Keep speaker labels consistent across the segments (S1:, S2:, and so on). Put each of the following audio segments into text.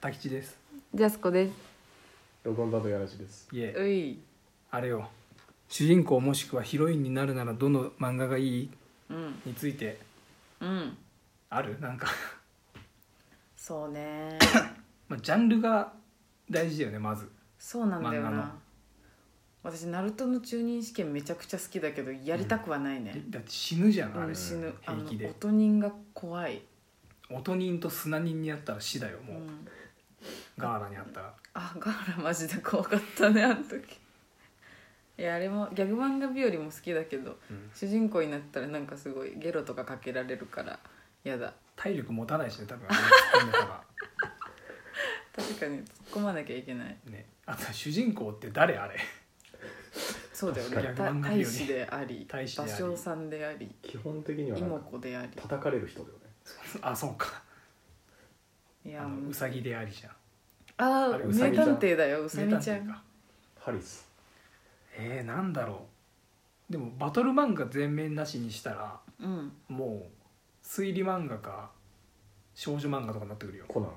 S1: 滝地です
S2: ジャスコです
S3: 録音担当やらしです
S1: いえ
S2: うい
S1: あれよ主人公もしくはヒロインになるならどの漫画がいい
S2: うん
S1: について
S2: うん
S1: あるなんか
S2: そう ね
S1: まあジャンルが大事だよねまず
S2: そうなんだよ
S1: 漫画の
S2: な私ナルトの中忍試験めちゃくちゃ好きだけどやりたくはないね、
S1: だって死ぬじゃんあ
S2: う
S1: れ
S2: ん、死ぬあの
S1: 平気で
S2: 音人が怖い、
S1: 音人と砂人にあったら死だよ
S2: う
S1: もう、
S2: ん、
S1: ガーラにあったら
S2: あガーラマジで怖かったねあの時いやあれもギャグ漫画日和も好きだけど
S1: うん
S2: 主人公になったらなんかすごいゲロとかかけられるからやだ
S1: 体力持たないしね多 分あれ突っ込んでたら
S2: 確かに突っ込まなきゃいけない
S1: ねあと主人公って誰あれ
S2: そうだよ
S1: 確か
S2: ね
S1: に
S2: た
S1: 漫画日和
S2: 大使であり
S1: 大使であり
S2: 芭蕉さんであり
S3: 基本的にはなん
S2: 妹
S3: か
S2: 子であ
S3: 叩かれる人だよね
S1: あそうか
S2: りい
S1: あ
S2: や
S1: のうさぎでありじゃん
S2: あ
S1: あれ
S2: あ
S1: うさ
S2: 名
S1: ぎじゃん
S2: 探偵だようさみ
S1: 名
S2: ちゃ
S1: 探偵
S2: ん
S1: か
S3: ハリス
S1: えー、なんだろうでもバトル漫画全面なしにしたら
S2: うん
S1: もう推理漫画か少女漫画とかになってくるよ
S3: コナン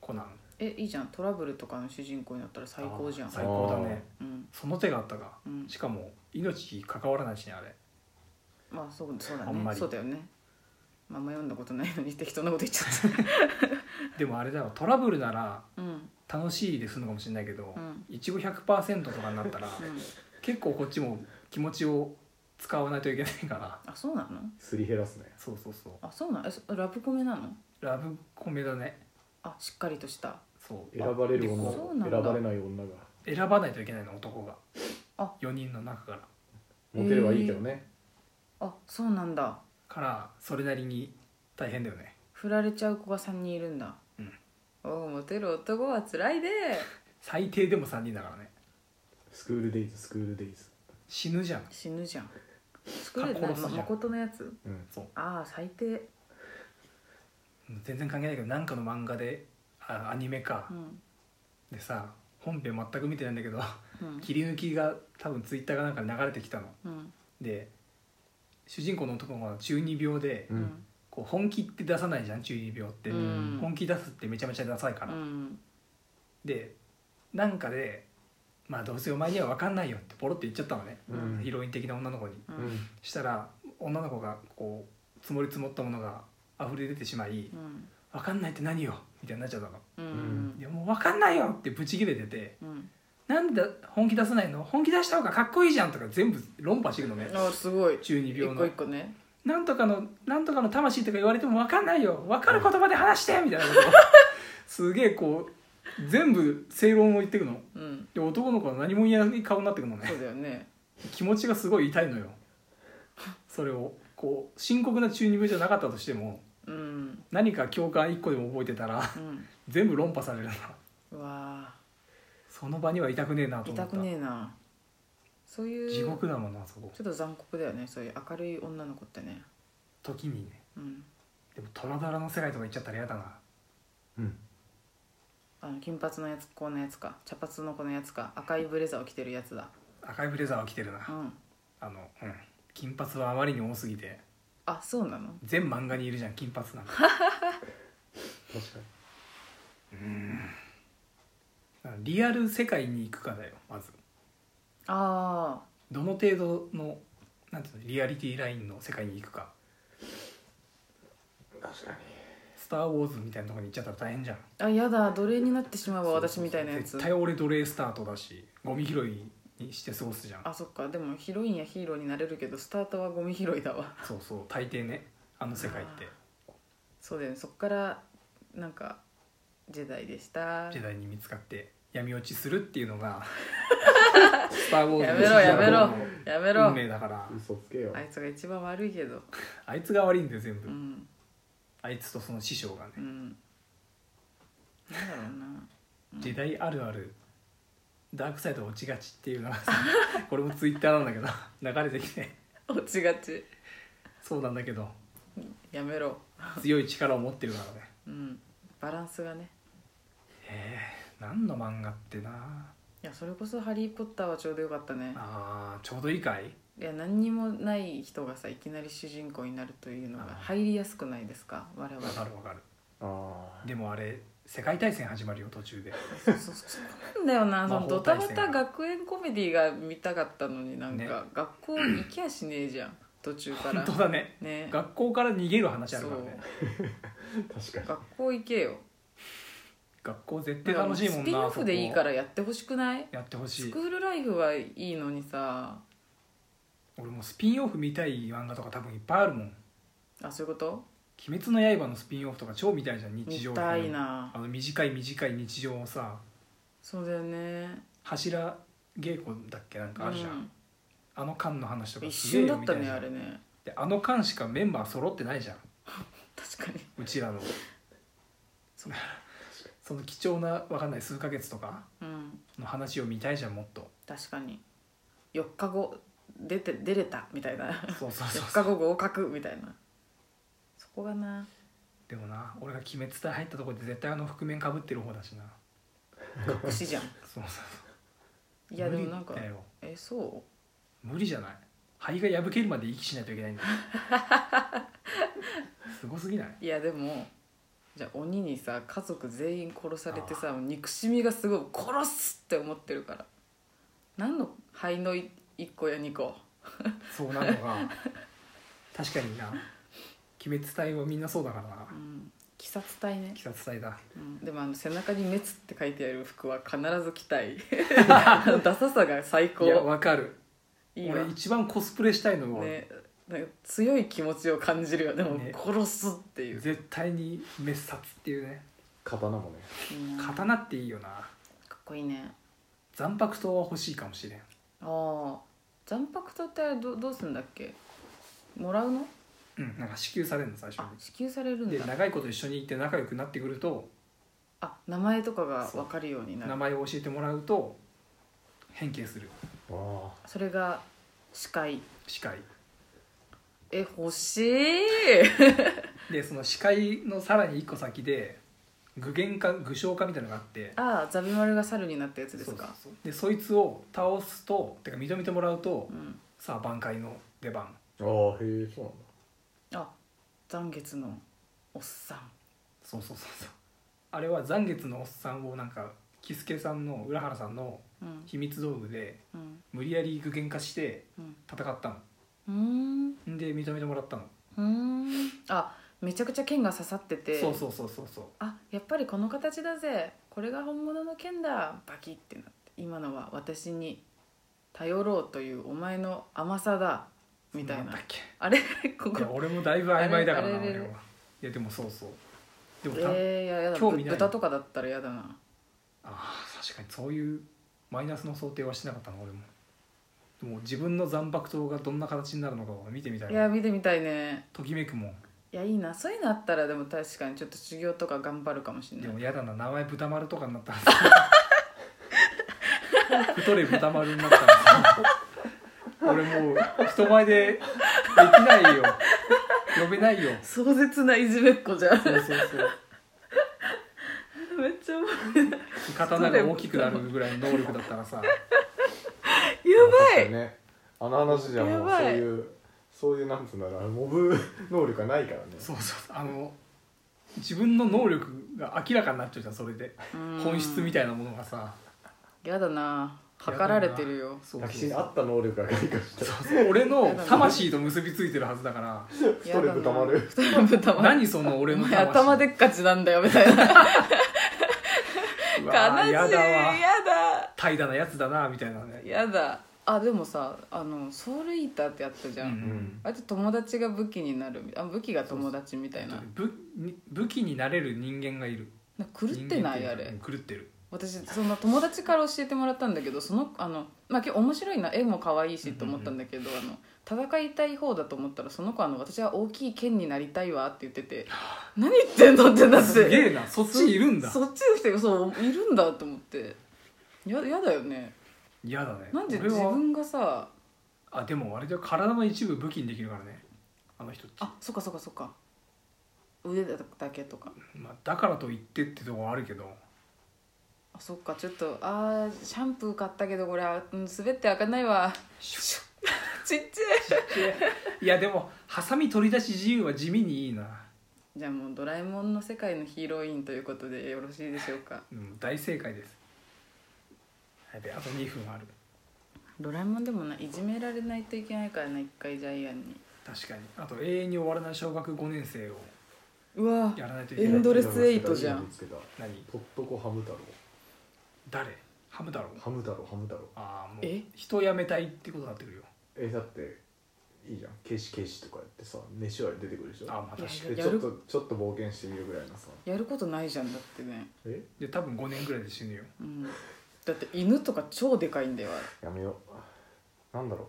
S1: コナン
S2: えいいじゃんトラブルとかの主人公になったら最高じゃ
S1: あ
S2: ん
S1: ー最高だね
S2: うん
S1: その手があったか
S2: うん
S1: しかも命関わらないしねあれ
S2: まあそうそうだ
S1: あんま
S2: ね
S1: り
S2: そうだよねまああんま読んだことないのに適当なこと言っちゃ っ
S1: でもあれだよトラブルなら
S2: たうん
S1: 楽しいでするのかもしれないけど
S2: うん
S1: いちご100%とかになったら
S2: うん
S1: 結構こっちも気持ちを使わないといけないから
S2: あそうなの
S3: すり減らすね
S1: そうそうそ
S2: あそうなのえそラブコメなの
S1: うラブコメだね
S2: あしっかりとした
S1: そう
S3: 選ばれる
S2: あ
S3: 女
S2: そうなんだ
S3: 選ばれない女が
S1: 選ばないといけないの男が
S2: あ
S1: 4人の中から
S3: モテればいいけどね
S2: あそうなんだ
S1: からそれなりに大変だよね
S2: 振られちゃう子が3人いるんだ
S1: うん
S2: おうモテる男は辛いで
S1: 最低でも3人だからね
S3: スクールデイズスクールデイズ
S1: 死ぬじゃん
S2: 死ぬじゃん作る
S1: 殺すじゃん
S2: 誠のやつ
S3: うん
S1: そう
S2: ああ最低
S1: 全然関係ないけどなんかの漫画であアニメか
S2: うん
S1: でさ本編全く見てないんだけど
S2: うん
S1: 切り抜きが多分ツイッターがなんかで流れてきたの
S2: うん
S1: で主人公の男が中二病で
S3: うん
S1: こう本気って出さないじゃん中二病って、
S2: うん
S1: 本気出すってめちゃめちゃダサいか
S2: う
S1: ら、
S2: ん
S1: でなんかでまあどうせお前には分かんないよってポロって言っちゃったのね、
S3: うん
S1: ヒロイン的な女の子に
S2: う
S3: うんん
S1: したら女の子がこう積もり積もったものが溢れ出てしまい
S2: うん
S1: 「分かんないって何よ」みたいになっちゃったの
S2: うん
S1: 「いやもう分かんないよ」ってブチ切れてて
S2: うん
S1: 「なんで本気出さないの本気出した方がかっこいいじゃん」とか全部論破してくのね
S2: あすごい
S1: 中二
S2: 一
S1: 病
S2: 個
S1: の
S2: 一個ね
S1: 「なんとかのなんとかの魂」とか言われても分かんないよ分かる言葉で話してみたいなことをすげえこう全部正論を言ってくの
S2: うん
S1: で男の子は何も言えない顔になってくのね
S2: そうだよね
S1: 気持ちがすごい痛いのよそれをこう深刻な中二病じゃなかったとしても
S2: うん
S1: 何か教官1個でも覚えてたら
S2: うん
S1: 全部論破されるな
S2: うわ
S1: その場には痛くねえな
S2: ー
S1: と思
S2: 痛
S1: っ
S2: く
S1: た、
S2: ねえなそういう
S1: 地獄だもんなそこ
S2: ちょっと残酷だよねそういう明るい女の子ってね
S1: 時にね
S2: うん
S1: でもトラドラの世界とか行っちゃったら嫌だな
S3: うん
S2: あの金髪のやつこのやつか茶髪の子のやつか赤いブレザーを着てるやつだ
S1: 赤いブレザーは着てるな、
S2: うん
S1: あの、うん、金髪はあまりに多すぎて
S2: あそうなの
S1: 全漫画にいるじゃん金髪なんか
S3: 確かに
S1: リアル世界に行くかだよまず
S2: あ
S1: どの程度のなんていうのリアリティラインの世界に行くか
S3: 確かに
S1: 「スター・ウォーズ」みたいなとこに行っちゃったら大変じゃん
S2: ーあやだ奴隷になってしまうわ私みたいなやつ
S1: 絶対俺奴隷スタートだしゴミ拾いにして過ごすじゃん
S2: あそっかでもヒロインやヒーローになれるけどスタートはゴミ拾いだわ
S1: そうそう大抵ねあの世界って
S2: そうだよねそっからなんかジェダイでした
S1: 時代に見つかって闇落ちするっていうの が「スター・ウォーズ」
S2: やめろやめろやめろ
S1: 運命だから
S3: 嘘つけよ
S2: あいつが一番悪いけど
S1: あいつが悪いんだよ全部、
S2: うん
S1: あいつとその師匠がね、
S2: うんなんだろうな
S1: 時代あるあるダークサイド落ちがちっていうの がさこれもツイッターなんだけど流れてきて
S2: 落ちがち
S1: そうなんだけど
S2: やめろ
S1: 強い力を持ってるからね
S2: うんバランスがね
S1: えー、何の漫画ってない
S2: やそれこそ「ハリー・ポッター」はちょうどよかったね
S1: あーちょうどいいかい
S2: いや何にもない人がさいきなり主人公になるというのが
S1: あー
S2: 入りやすくないですか我々
S1: わかるわかる
S3: ああ
S1: でもあれ世界大戦始まるよ途中で
S2: そうそうそうそうなんだよなそ
S1: 魔
S2: の
S1: 法
S2: ドタ
S1: 大
S2: バ
S1: 戦
S2: タ学園コメディが見たかったのになんか、
S1: ね
S2: 学校行きゃしねえじゃん途中か
S1: 本
S2: ら
S1: 当だね
S2: ね
S1: 学校から逃げる話あるからね
S3: 確かに
S2: 学校行けよ
S1: 学校絶対楽しいもんな
S2: スピンオフでいいかららやってほしくない
S1: やってほし
S2: ス
S1: い
S2: クールライフはいいのにさ
S1: 俺もうスピンオフ見たい漫画とか多分いっぱいあるもん
S2: あそういうこと
S1: 「鬼滅の刃」のスピンオフとか超見たいじゃん
S2: 見
S1: 日常
S2: たいな
S1: あの短い短い日常をさ
S2: そうだよね
S1: 柱稽古だっけなんかあるじゃん、あの間の話と
S2: うん、
S1: か
S2: 一
S1: すげ
S2: 瞬
S1: え
S2: だっ
S1: 見
S2: た
S1: たい
S2: ね
S1: じゃ
S2: あ
S1: ん
S2: れね
S1: であの間しかメンバー揃ってないじゃん
S2: 確かに
S1: うちら のその その貴重なわかんない数ヶ月とか
S2: うん
S1: の話を見たいじゃんもっと
S2: 確かに4日後出て出れたみたいな
S1: そう そうそうそ
S2: 4日
S1: う
S2: 後合格みたいなそこがな
S1: でもな俺が「鬼滅隊」入ったとこで絶対あの覆面かぶってる方だしな
S2: 隠しじゃん
S1: そうそうそ
S2: いうやでもなんか
S1: 無理だよ
S2: えそう
S1: 無理じゃない肺が破けるまで息しないといけないんだよ すごすぎない
S2: いやでもじゃあ鬼にさ家族全員殺されてさ憎しみがすごい殺すって思ってるから何の肺の1個や2個
S1: そうなのが確かにな鬼滅隊はみんなそうだからな
S2: うん鬼殺隊ね
S1: 鬼、殺隊だ
S2: うん、でもあの背中に「滅」って書いてある服は必ず着た いあのダサさが
S1: い
S2: 最
S1: や
S2: 高
S1: わかる
S2: いいわ
S1: 俺一番コスプレしたいのは、
S2: ねなんか強い気持ちを感じるよでも
S1: ね
S2: 殺すっていう、
S1: 絶対に滅殺っていうね
S3: 刀もね
S2: うんか
S1: 刀っていいよな
S2: っこいいね
S1: 残白刀は欲しいかもしれん
S2: ああ残白刀ってあれどどうするんだっけもらうの
S1: うんなんか支給されるの最初
S2: あ支給される
S1: に
S2: ん
S1: で
S2: だ
S1: 長いこと一緒にいて仲良くなってくると
S2: あ名前とかが分かるようにな
S1: 名
S2: る
S1: 前を教えてもらうと変形する
S3: あ
S2: それが司会
S1: 司会
S2: え欲しい
S1: でその司会のさらに一個先で具現化具象化みたいなのがあって
S2: ああザビマルが猿になったやつです
S1: そうそう
S2: か
S1: そうでそいつを倒すとてか認めてもらうと、
S2: うん
S1: さあ挽回の出番
S3: あああへえそう
S2: あ残月のおっさん
S1: そうそうそうそうあれは残月のおっさんをなんか喜助さんの浦原さんの
S2: うん
S1: 秘密道具で
S2: うん
S1: 無理やり具現化して
S2: うん
S1: 戦ったの
S2: うーんう
S1: で認めてもらったの、
S2: ーんあめちゃくちゃ剣が刺さってて
S1: そうそうそうそうそう
S2: あやっぱりこの形だぜこれが本物の剣だバキってなって今のは私に頼ろうというお前の甘さだみたい
S1: ん
S2: な
S1: だっけ
S2: あれこ
S1: いや
S2: こ
S1: 俺もだいぶ曖昧だからな
S2: あれあ
S1: 俺
S2: れ
S1: はいやでもそうそうでもた、
S2: えー、いややだ
S1: 興味ない
S2: 豚とかだったらやだな
S1: ああ確かにそういうマイナスの想定はしてなかったな俺もでも自分の残白刀がどんな形になるのかを見てみたい
S2: いや
S1: な
S2: 見てみたいね
S1: ときめくもん
S2: いやいいなそういうのあったらでも確かにちょっと修行とか頑張るかもしれ
S1: で
S2: ない
S1: も嫌だな名前豚丸とかになったら さ太れ豚丸になったらさ俺もう人前でできないよ呼べないよ
S2: 壮絶ないじめっ子じゃん
S1: そうそうそう
S2: めっちゃおもろい
S1: 刀が大きくなるぐらいの能力だったらさ
S2: やばい、
S3: ねあの話じゃも
S2: や
S3: う
S2: ば
S3: そう
S2: い
S3: いうそういうなんつうんだろうあのモブ能力がないからね
S1: そうそうそうあの自分の能力が明らかになっちゃうじゃんそれで本質み
S2: い
S1: たいなものがさ
S2: やだな測られてるよ
S1: そうそう
S3: タキシに合った能力が開花した
S1: そうそう俺の魂と結びついてるはずだから
S3: 太れ豚丸
S2: 太れ豚丸
S1: 何その俺
S2: お
S1: の
S2: 前
S1: 魂
S2: 頭でっかちなんだよみたいな
S1: う
S2: 悲
S1: わー
S2: しいや
S1: やだわ
S2: だ
S1: 怠惰なやつだなみたいなね
S2: やだあでもさあのソウルイーターってやったじゃん、
S1: うん
S3: うん
S2: あと友達が武器になるあ武器が友達みたいな
S1: 武武器になれる人間がいる
S2: なんか狂ってない
S1: 人間
S2: あ
S1: うか
S2: れ
S1: うん狂ってる
S2: 私そんな友達から教えてもらったんだけどそのあの、まあ、結構面白いな絵も可愛いしと思ったんだけど、あの戦いたい方だと思ったらその子あの私は大きい剣になりたいわって言ってて何言ってんのってなって
S1: すげえなそっちいるんだ
S2: そっちの人がそういるんだと思ってややだよね
S1: 嫌だね
S2: なんで
S1: 俺
S2: 自
S1: は
S2: 分がさ
S1: あでもあれで体の一部武器にできるからねあの人って
S2: あそっかそっかそっか腕だけとか
S1: まあ、だからといってってとこはあるけど
S2: あそっかちょっとあーシャンプー買ったけどこれ、うん、滑って開かないわ
S1: シュッ
S2: ちっちゃい
S1: いやでもハサミ取り出し自由は地味にいいな
S2: じゃあもうドラえもんの世界のヒーローインということでよろしいでしょうか
S1: うん、大正解ですやべあと2分ある
S2: ドラえもんでもないじめられないといけないからな一回ジャイアンに
S1: 確かにあと永遠に終わらない小学5年生を
S2: うわ
S1: やらないといけ
S2: エ
S1: な
S2: ン
S1: い
S2: ドレスエイトじゃん
S3: 見つけた
S1: 何
S3: ポットコハム太郎
S1: 誰ハム太郎
S3: ハム太郎ハム太郎
S1: ああもう
S2: え
S1: 人辞めたいってことになってくるよ
S3: えだっていいじゃんケシケシとかやってさ飯割り出てくるでしょ
S1: あまあ確か
S2: い
S1: に
S3: で
S2: や
S3: ちょっとちょっと冒険してみるぐらいのさ
S2: やることないじゃんだってね、
S3: え
S1: で多分5年ぐらいで死ぬよ
S2: うん、だって犬とか超でかいんだよあれ
S3: やめようなんだろ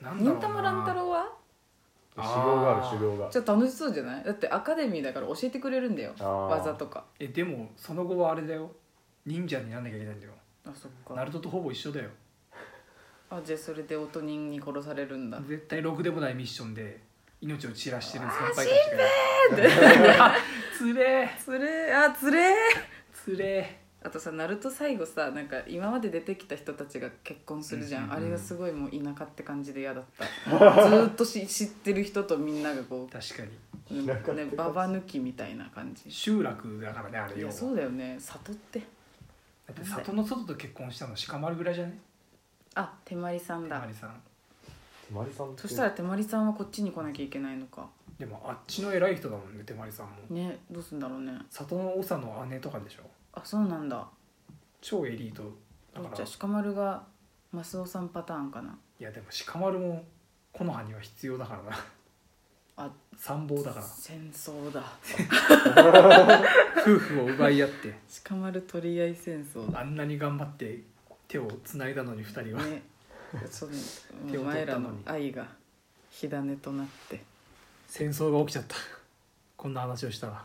S3: う
S1: なんだろ
S2: 忍
S1: うな
S2: たま乱太郎は
S3: 修
S1: あー
S3: 行がある修行が
S2: ちょっと楽しそうじゃないだってアカデミーだから教えてくれるんだよ
S3: あー
S2: 技とか
S1: えでもその後はあれだよ忍者になんなきゃいけないんだよ
S2: あそっ
S1: ナ
S2: か
S1: ルトとほぼ一緒だよ
S2: あじゃあそれで音人に殺されるん だ
S1: 絶対ろくでもないミッションで命を散らしてる先輩たちが「つれえ
S2: つれーあつれー
S1: つれえ
S2: あとさナルト最後さなんか今まで出てきた人たちが結婚するじゃん、
S1: うんうんうん
S2: あれがすごいもう田舎って感じで嫌だった ずーっとし知ってる人とみんながこ
S1: 確かに
S2: う、
S3: 田舎って感じ
S2: ね、ババ抜きみたいな感じ
S1: 集落だからねあ
S2: い
S1: れよ
S2: や
S1: だ
S2: そうだよね里って
S1: って里の外と結婚したの鹿丸ぐらいじゃね
S2: あ手まりさん
S1: 手
S2: だ
S1: まりさん
S3: 手まりさんって
S2: そしたら手まりさんはこっちに来なきゃいけないのか
S1: でもあっちの偉い人だもんね手まりさんも
S2: ねどうすんだろうね
S1: 里の長の姉とかでしょ
S2: あそうなんだ
S1: 超エリートだ
S2: どっ
S1: か
S2: ち
S1: ら
S2: や
S1: い
S2: 鹿丸がマスオさんパターンかな
S1: やでも鹿丸も木の葉には必要だからな
S2: あ
S1: 参謀 だから
S2: 戦争だ
S1: 夫婦を奪い合って
S2: 鹿丸取り合い戦争だ
S1: あんなに頑張って手をつないだのに2人は、
S2: ねそうね
S1: 手を
S2: お
S1: 取
S2: 前
S1: った
S2: らの
S1: のに
S2: 愛が火種となって
S1: 戦争が起きちゃったこんな話をしたら